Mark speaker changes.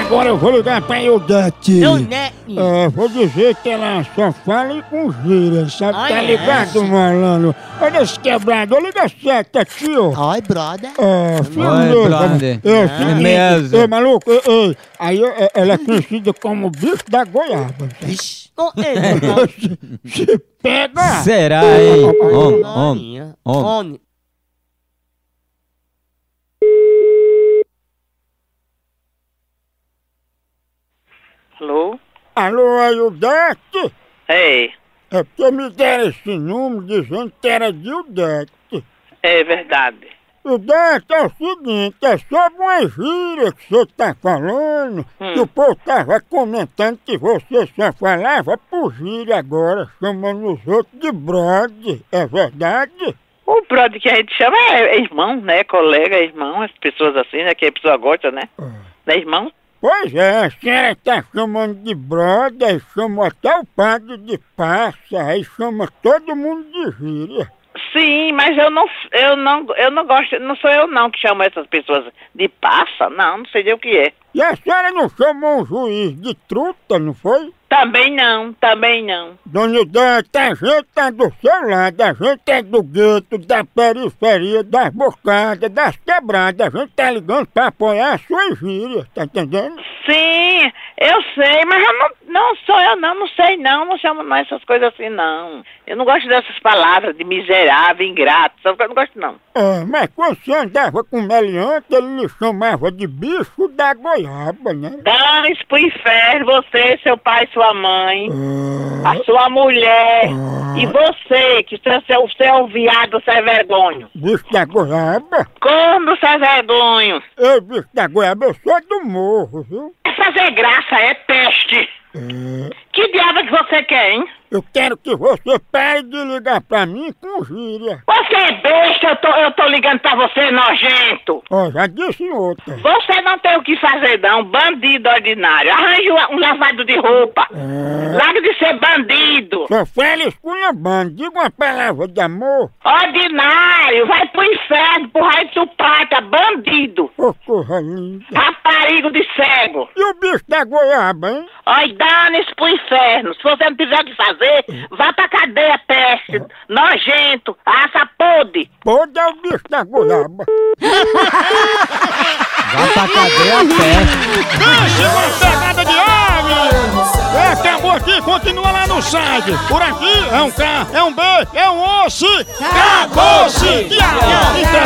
Speaker 1: Agora eu vou ligar pra Eudete.
Speaker 2: Eudete.
Speaker 1: É, vou dizer que ela só fala com gíria, sabe?
Speaker 2: Ah,
Speaker 1: tá
Speaker 2: é?
Speaker 1: ligado, malandro? Olha esse quebrado, liga certa, tio.
Speaker 2: Oi, brother.
Speaker 1: É, filho
Speaker 3: Oi,
Speaker 1: meu,
Speaker 3: brother.
Speaker 1: É, o seguinte,
Speaker 3: Beleza.
Speaker 1: é, maluco, é, é, aí é, ela é conhecida como bicho da goiaba.
Speaker 2: Vixe. Com ele.
Speaker 1: Se, se pega!
Speaker 3: Será, hein? Homem, homem.
Speaker 2: Maninha.
Speaker 3: homem.
Speaker 2: Homem.
Speaker 4: Alô?
Speaker 1: Alô, Eudete?
Speaker 4: É,
Speaker 1: É porque me deram esse número dizendo que era de Eudete.
Speaker 4: é verdade.
Speaker 1: O Dante é o seguinte, é sobre uma gíria que você tá falando,
Speaker 4: Hum.
Speaker 1: que o povo tava comentando que você só falava por gíria agora, chamando os outros de brode, é verdade?
Speaker 4: O brother que a gente chama é, é irmão, né? Colega, é irmão, as pessoas assim, né? Que a pessoa gosta, né? Não é irmão?
Speaker 1: Pois é, a senhora tá chamando de brode, aí chama até o padre de passa, aí chama todo mundo de gíria.
Speaker 4: Sim, mas eu não, eu não, eu não gosto, não sou eu não que chamo essas pessoas de passa, não, não sei nem o que é.
Speaker 1: E a senhora não chamou um juiz de truta, não foi?
Speaker 4: Também não, também não.
Speaker 1: Dona Idete, a gente tá do seu lado, a gente é do gueto, da periferia, das bocadas, das quebradas, a gente tá ligando pra apoiar a sua gíria, tá entendendo?
Speaker 4: Sim, eu sei, mas eu não, não sou eu não, não sei não, não chamo não essas coisas assim não. Eu não gosto dessas palavras de miserável, ingrato, essas coisas eu não gosto não.
Speaker 1: É, mas quando você andava com o meliante, ele lhe chamava de bicho da goiaba, né?
Speaker 4: Dane-se pro inferno, você, seu pai, sua mãe,
Speaker 1: Uhum. É,
Speaker 4: a sua mulher, e você, que você, você, você é um viado sem vergonho.
Speaker 1: Bicho da goiaba?
Speaker 4: Como sem vergonho?
Speaker 1: Eu, bicho da goiaba, eu sou do morro, viu? É,
Speaker 4: É fazer graça, é peste. Que diabo é que você quer, hein?
Speaker 1: Eu quero que você pare de ligar pra mim com gíria.
Speaker 4: Você é besta, eu tô, eu tô ligando pra você, nojento.
Speaker 1: Ó, já disse em outra.
Speaker 4: Você não tem o que fazer, não, bandido ordinário. Arranja um- um lavado de roupa. Larga de ser bandido.
Speaker 1: Sou Félix Cunhambano, diga uma palavra de amor.
Speaker 4: Ordinário, vai pro inferno, pro raio de supaca, é bandido.
Speaker 1: Ô, corra linda.
Speaker 4: Raparigo de cego.
Speaker 1: E o bicho da goiaba, hein?
Speaker 4: Oi, dane-se pro inferno. Se você não tiver o que fazer, vá pra cadeia, peste. Nojento, aça podre.
Speaker 1: Pode é o bicho da goiaba.
Speaker 3: Vai pra cadeia a pé.
Speaker 5: Deixe uma pegada de ave! É, acabou aqui, continua lá no site. Por aqui é um K, é um B, é um osso. Acabou-se! Diabo!